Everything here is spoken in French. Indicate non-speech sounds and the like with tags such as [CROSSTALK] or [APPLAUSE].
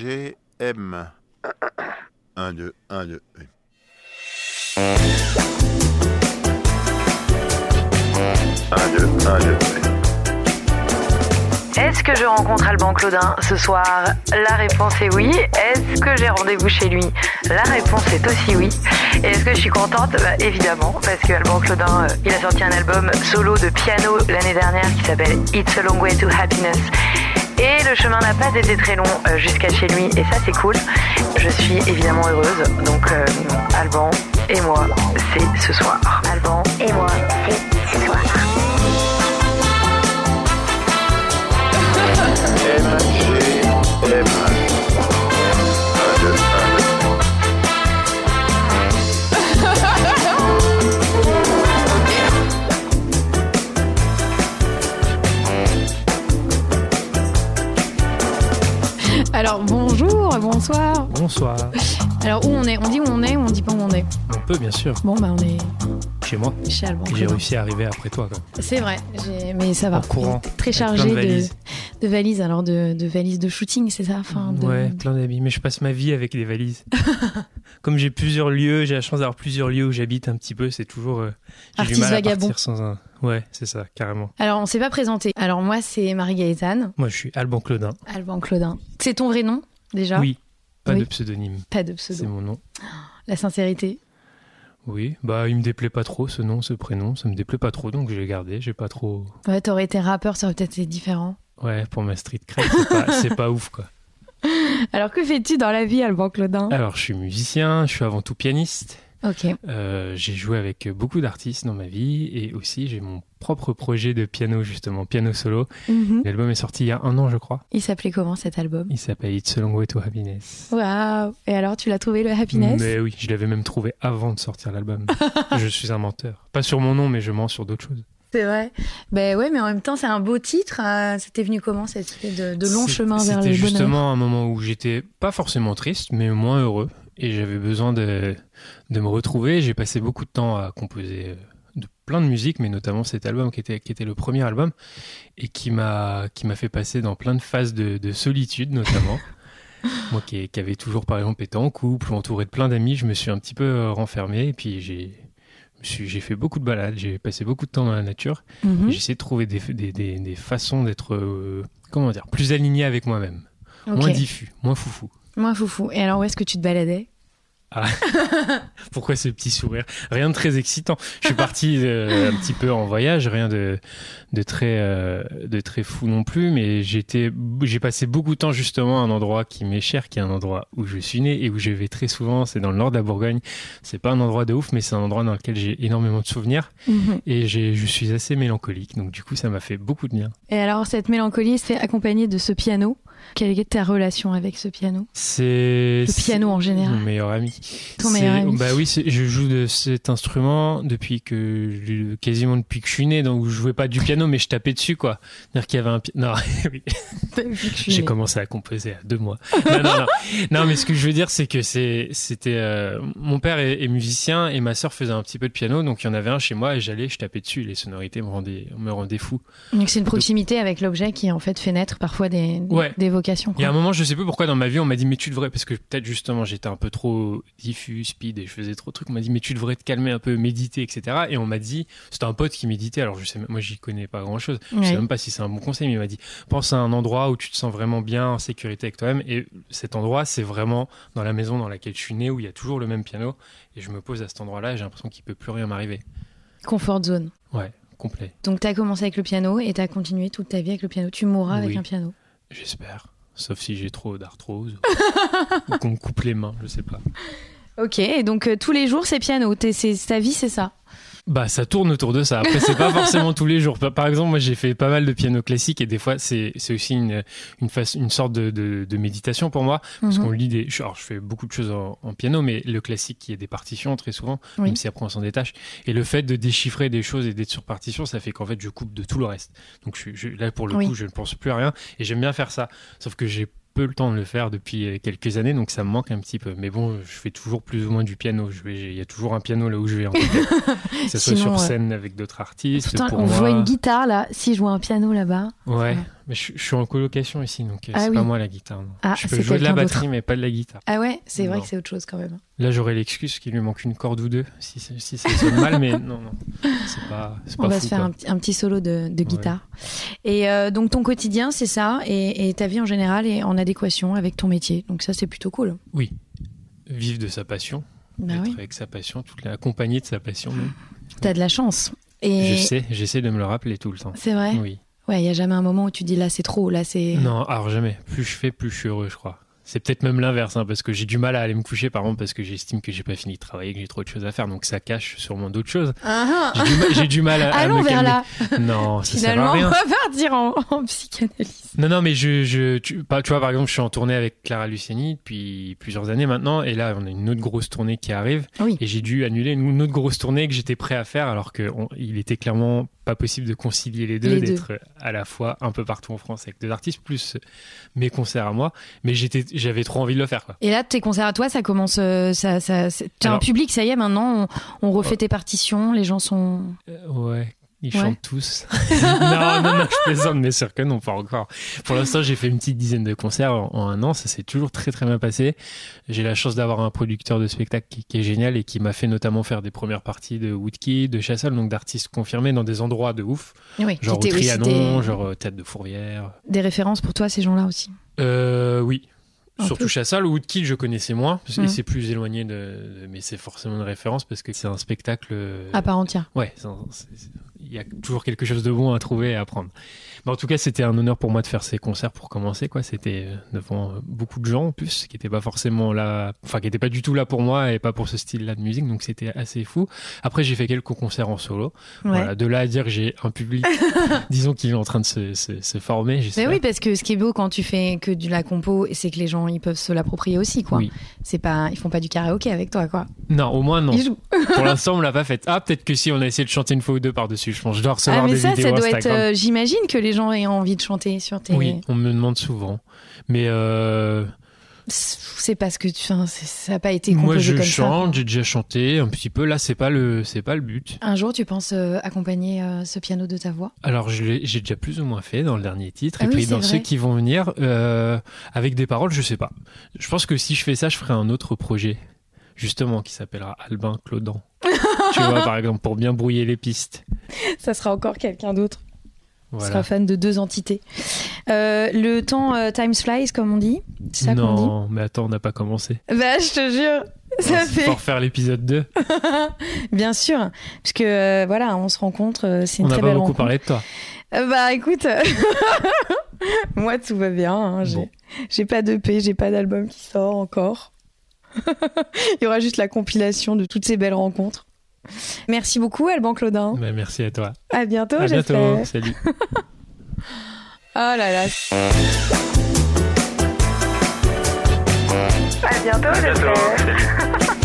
MGM. 1, 2, 1, 2. Est-ce que je rencontre Alban Claudin ce soir La réponse est oui. Est-ce que j'ai rendez-vous chez lui La réponse est aussi oui. Et est-ce que je suis contente Bah, Évidemment, parce que Alban Claudin, euh, il a sorti un album solo de piano l'année dernière qui s'appelle It's a Long Way to Happiness. Et le chemin n'a pas été très long euh, jusqu'à chez lui, et ça c'est cool. Je suis évidemment heureuse, donc euh, Alban et moi, c'est ce soir. Alban et moi, c'est ce soir. MGM. Alors bonjour, bonsoir. Bonsoir. Alors où on est On dit où on est ou on dit pas où on est On peut bien sûr. Bon bah on est Chez moi. chez Alban. J'ai Claudin. réussi à arriver après toi. Quoi. C'est vrai, j'ai- mais ça va. En courant, J'étais Très avec plein de chargé de, valises. de valises, alors de, de valises de shooting, c'est ça enfin, de- Ouais, plein d'habits. Mais je passe ma vie avec [LAUGHS] des valises. Comme j'ai plusieurs lieux, j'ai la chance d'avoir plusieurs lieux où j'habite un petit peu. C'est toujours. euh, j'ai du Artiste mal à vagabond. partir sans un. Ouais, c'est ça, carrément. Alors on s'est pas présenté. Alors moi c'est Marie Gaëtane, Moi, je suis Alban Claudin. Alban Claudin. C'est ton vrai nom déjà Oui. Pas Ah. Oui. de pseudonyme. Pas de C'est pseudo. mon nom. La sincérité. Oui. Bah, il me déplaît pas trop ce nom, ce prénom. Ça me déplaît pas trop, donc je l'ai gardé. J'ai pas trop. Ouais, t'aurais été rappeur, ça aurait peut-être été différent. Ouais, pour ma street cred, c'est pas, [LAUGHS] c'est pas ouf quoi. Alors que fais-tu dans la vie, Alban Claudin Alors, je suis musicien. Je suis avant tout pianiste. Ok. Euh, j'ai joué avec beaucoup d'artistes dans ma vie et aussi j'ai mon propre projet de piano justement, piano solo. Mhm. L'album est sorti il y a un an je crois. Il s'appelait comment cet album Il s'appelle It's a Long Way to Happiness. Waouh Et alors tu l'as trouvé le happiness Mais oui, je l'avais même trouvé avant de sortir l'album. je suis un menteur. Pas sur mon nom mais je mens sur d'autres choses. C'est vrai. Ben ouais, mais en même temps, c'est un beau titre. euh, C'était venu comment cette espèce de, de long C'est- chemin vers le C'était bonheur justement un moment où j'étais pas forcément triste mais moins heureux et j'avais besoin de, de me retrouver. J'ai passé beaucoup de temps à composer euh, de plein de musique, mais notamment cet album qui était, qui était le premier album et qui m'a qui m'a fait passer dans plein de phases de, de [LAUGHS] solitude notamment. Moi qui, qui avait toujours par exemple été en couple ou entouré de plein d'amis, je me suis un petit peu euh, renfermé et puis j'ai je me suis- j'ai fait beaucoup de balades, j'ai passé beaucoup de temps dans la nature. Mhm, et J'ai essayé de trouver des, des, des- des façons d'être euh, comment dire plus aligné avec moi-même, ok. moins diffus, moins foufou. Moins foufou. Et alors, où est-ce que tu te baladais Pourquoi ce petit sourire Rien de très excitant. Je [LAUGHS] suis parti euh, un petit peu en voyage, rien de, de, très, euh, de très fou non plus, mais j'étais- j'ai passé beaucoup de temps justement à un endroit qui m'est cher, qui est un endroit où je suis né et où je vais très souvent. C'est dans le nord de la Bourgogne. C'est pas un endroit de ouf, mais c'est un endroit dans lequel j'ai énormément de souvenirs et j'ai- je suis assez mélancolique. Donc du coup, ça m'a fait beaucoup de bien. Et alors, cette mélancolie se fait accompagnée de ce piano. Quelle est ta relation avec ce piano C'est Le piano en Mon général. meilleur ami. Ton C'est- meilleur ami. Bah oui, c'est- je joue de cet instrument depuis que je- quasiment depuis que je suis né, donc je jouais pas du piano, mais je tapais dessus quoi. C'est-à-dire qu'il y avait un pi- non, [LAUGHS] oui, Depuis que je suis j'ai née. commencé à composer à deux mois. Non, non, non. Non, mais ce que je veux dire, c'est que c'est, c'était euh, mon père est, est musicien et ma sœur faisait un petit peu de piano, donc il y en avait un chez moi et j'allais, je tapais dessus, les sonorités me rendaient, me rendaient fou. Donc, c'est une proximité avec l'objet qui, en fait, fait naître parfois des, Ouais. des vocations. Il y a un Quoi. moment, je sais plus pourquoi dans ma vie, on m'a dit mais tu devrais parce que peut-être justement j'étais un peu trop diffus, speed et je faisais trop de trucs. On m'a dit mais tu devrais te calmer un peu, méditer, etc. Et on m'a dit c'était un pote qui méditait. Alors je sais, même- moi j'y connais pas grand chose. Je sais Ouais. même pas si c'est un bon conseil, mais il m'a dit pense à un endroit où tu te sens vraiment bien, en sécurité avec toi-même. Et cet endroit, c'est vraiment dans la maison dans laquelle je suis né où il y a toujours le même piano et je me pose à cet endroit-là et j'ai l'impression qu'il peut plus rien m'arriver. Comfort zone. Ouais, complet. Donc, tu as commencé avec le piano et tu as continué toute ta vie avec le piano. Tu mourras avec Oui. un piano. J'espère. Sauf si j'ai trop d'arthrose ou qu'on me coupe les mains, je sais pas. Ok, et donc euh, tous les jours, c'est piano. T'es- c'est- ta vie, c'est ça. Bah, ça tourne autour de ça. Après, c'est pas forcément tous les jours. Par par exemple, moi, j'ai fait pas mal de piano classique et des fois, c'est c'est aussi une, une, face- une sorte de, de- de méditation pour moi. Parce Mhm. qu'on lit des. je- Alors, je fais beaucoup de choses en, en piano, mais le classique, il y a des partitions très souvent, Oui. même si après, on s'en détache. Et le fait de déchiffrer des choses et d'être sur partition, ça fait qu'en fait, je coupe de tout le reste. Donc, je, je- là, pour le Oui. coup, je ne pense plus à rien et j'aime bien faire ça. Sauf que j'ai peu le temps de le faire depuis euh, quelques années, donc ça me manque un petit peu. Mais bon, je fais toujours plus ou moins du piano. Je vais- j'ai- Il y a toujours un piano là où je vais [LAUGHS] en tout cas. Que ce Sinon, soit sur euh, scène avec d'autres artistes. Putain, pour on moi. voit une guitare là. Si je vois un piano là-bas. Ouais. Mais je, je suis en colocation ici, donc euh, Ah c'est oui. pas moi la guitare. non. Ah, je peux c'est jouer de la quelqu'un d'autre. batterie, mais pas de la guitare. Ah ouais, c'est vrai Non. que c'est autre chose quand même. Là, j'aurais l'excuse qu'il lui manque une corde ou deux, si, c'est- si ça sonne mal, mais non, non. C'est pas, c'est On pas va fou, se faire quoi. un, petit- un petit solo de, de guitare. Et euh, donc ton quotidien, c'est ça, et, et ta vie en général est en adéquation avec ton métier. Donc ça, c'est plutôt cool. Vivre de sa passion, Bah être oui, avec sa passion, toute la compagnie de sa passion. même. t'as de la chance. Je Et sais, j'essaie de me le rappeler tout le temps. c'est vrai. Oui. Ouais, il y a jamais un moment où tu dis là c'est trop, là c'est. Non, alors jamais. Plus je fais, plus je suis heureux, je crois. C'est peut-être même l'inverse, hein, parce que j'ai du mal à aller me coucher, par exemple, parce que j'estime que j'ai pas fini de travailler, que j'ai trop de choses à faire, donc ça cache sûrement d'autres choses. Ah, ah. J'ai du mal, j'ai du mal à, à Allons me vers calmer. là. Non, ça sert Finalement, on à rien. va partir en, [LAUGHS] en psychanalyse. Non, non, mais je, je tu, pas- tu vois, par exemple, je suis en tournée avec Clara Luciani depuis plusieurs années maintenant, et là, on a une autre grosse tournée qui arrive, Oui. et j'ai dû annuler une autre grosse tournée que j'étais prêt à faire, alors qu'il était clairement pas possible de concilier les deux, Les deux. d'être à la fois un peu partout en France avec deux artistes, plus mes concerts à moi, mais j'étais, j'avais trop envie de le faire, quoi. Et là, tes concerts à toi, ça commence. euh, Ça, ça, c'est- T'as un Alors- public, ça y est, maintenant, on, on refait tes partitions, les gens sont. Euh, ouais. Ils Ouais. chantent tous. [LAUGHS] non, non, non, je plaisante, mais sûr que non, pas encore. Pour l'instant, j'ai fait une petite dizaine de concerts en, en un an. Ça s'est toujours très, très bien passé. J'ai la chance d'avoir un producteur de spectacle qui, qui est génial et qui m'a fait notamment faire des premières parties de Woodkey, de Chassol, donc d'artistes confirmés dans des endroits de ouf. Oui, Genre au qui étaient aussi Trianon, des- genre euh, Tête de Fourvière. des références pour toi, ces gens-là aussi. Euh, oui. Un Surtout peu. Chassal, Woodkill, je connaissais moins. et Mhm. C'est plus éloigné de, de- Mais c'est forcément une référence parce que c'est un spectacle. euh, À part entière. Ouais, c'est un- c'est- c'est- il y a toujours quelque chose de bon à trouver et à apprendre. Mais en tout cas, c'était un honneur pour moi de faire ces concerts pour commencer. quoi. C'était euh, devant euh, beaucoup de gens en plus, qui n'étaient pas forcément là, enfin, qui n'étaient pas du tout là pour moi et pas pour ce style-là de musique, donc c'était assez fou. Après, j'ai fait quelques concerts en solo. Ouais. Voilà, de là à dire que j'ai un public, [LAUGHS] disons qu'il est en train de se, se- se former. Mais j'espère. oui, parce que ce qui est beau quand tu fais que de la compo, c'est que les gens ils peuvent se l'approprier aussi, quoi. Oui. C'est pas, ils font pas du karaoké avec toi, quoi. Non, au moins, non. Ils jouent. Pour l'instant, on l'a pas fait. Ah, peut-être que si, on a essayé de chanter une fois ou deux par-dessus. Je pense, je dois recevoir Ah, mais des ça, vidéos ça doit être. Instagram. euh, J'imagine que les gens aient envie de chanter sur tes. Oui, on me demande souvent. Mais euh, C'est parce que tu, enfin, c'est- ça a pas été composé Moi, je comme ça. chante, j'ai déjà chanté un petit peu. Là, c'est pas le, c'est pas le but. Un jour, tu penses euh, accompagner euh, ce piano de ta voix Alors, je l'ai- j'ai déjà plus ou moins fait dans le dernier titre, Ah et oui, puis c'est dans vrai. ceux qui vont venir euh, avec des paroles, je sais pas. Je pense que si je fais ça, je ferai un autre projet, justement, qui s'appellera Albin Clodan. [LAUGHS] tu vois, par exemple, pour bien brouiller les pistes. Ça sera encore quelqu'un d'autre. qui Voilà. sera fan de deux entités. Euh, le temps euh, time flies, comme on dit. C'est ça qu'on dit. non, mais attends, on n'a pas commencé. Bah, je te jure, ça Alors, Ah, c'est fait. Pour faire l'épisode 2, [LAUGHS] Bien sûr, parce que euh, voilà, on se rencontre, euh, c'est une on n'a très pas belle beaucoup rencontre. parlé de toi. Euh, Bah écoute, [LAUGHS] moi tout va bien, hein, j'ai Bon. j'ai pas de paix, j'ai pas d'album qui sort encore. [LAUGHS] Il y aura juste la compilation de toutes ces belles rencontres. Merci beaucoup Alban Claudin. Mais merci à toi. À bientôt, Mm. à bientôt. Oh. j'espère. Salut. Oh là là, À bientôt, j'espère.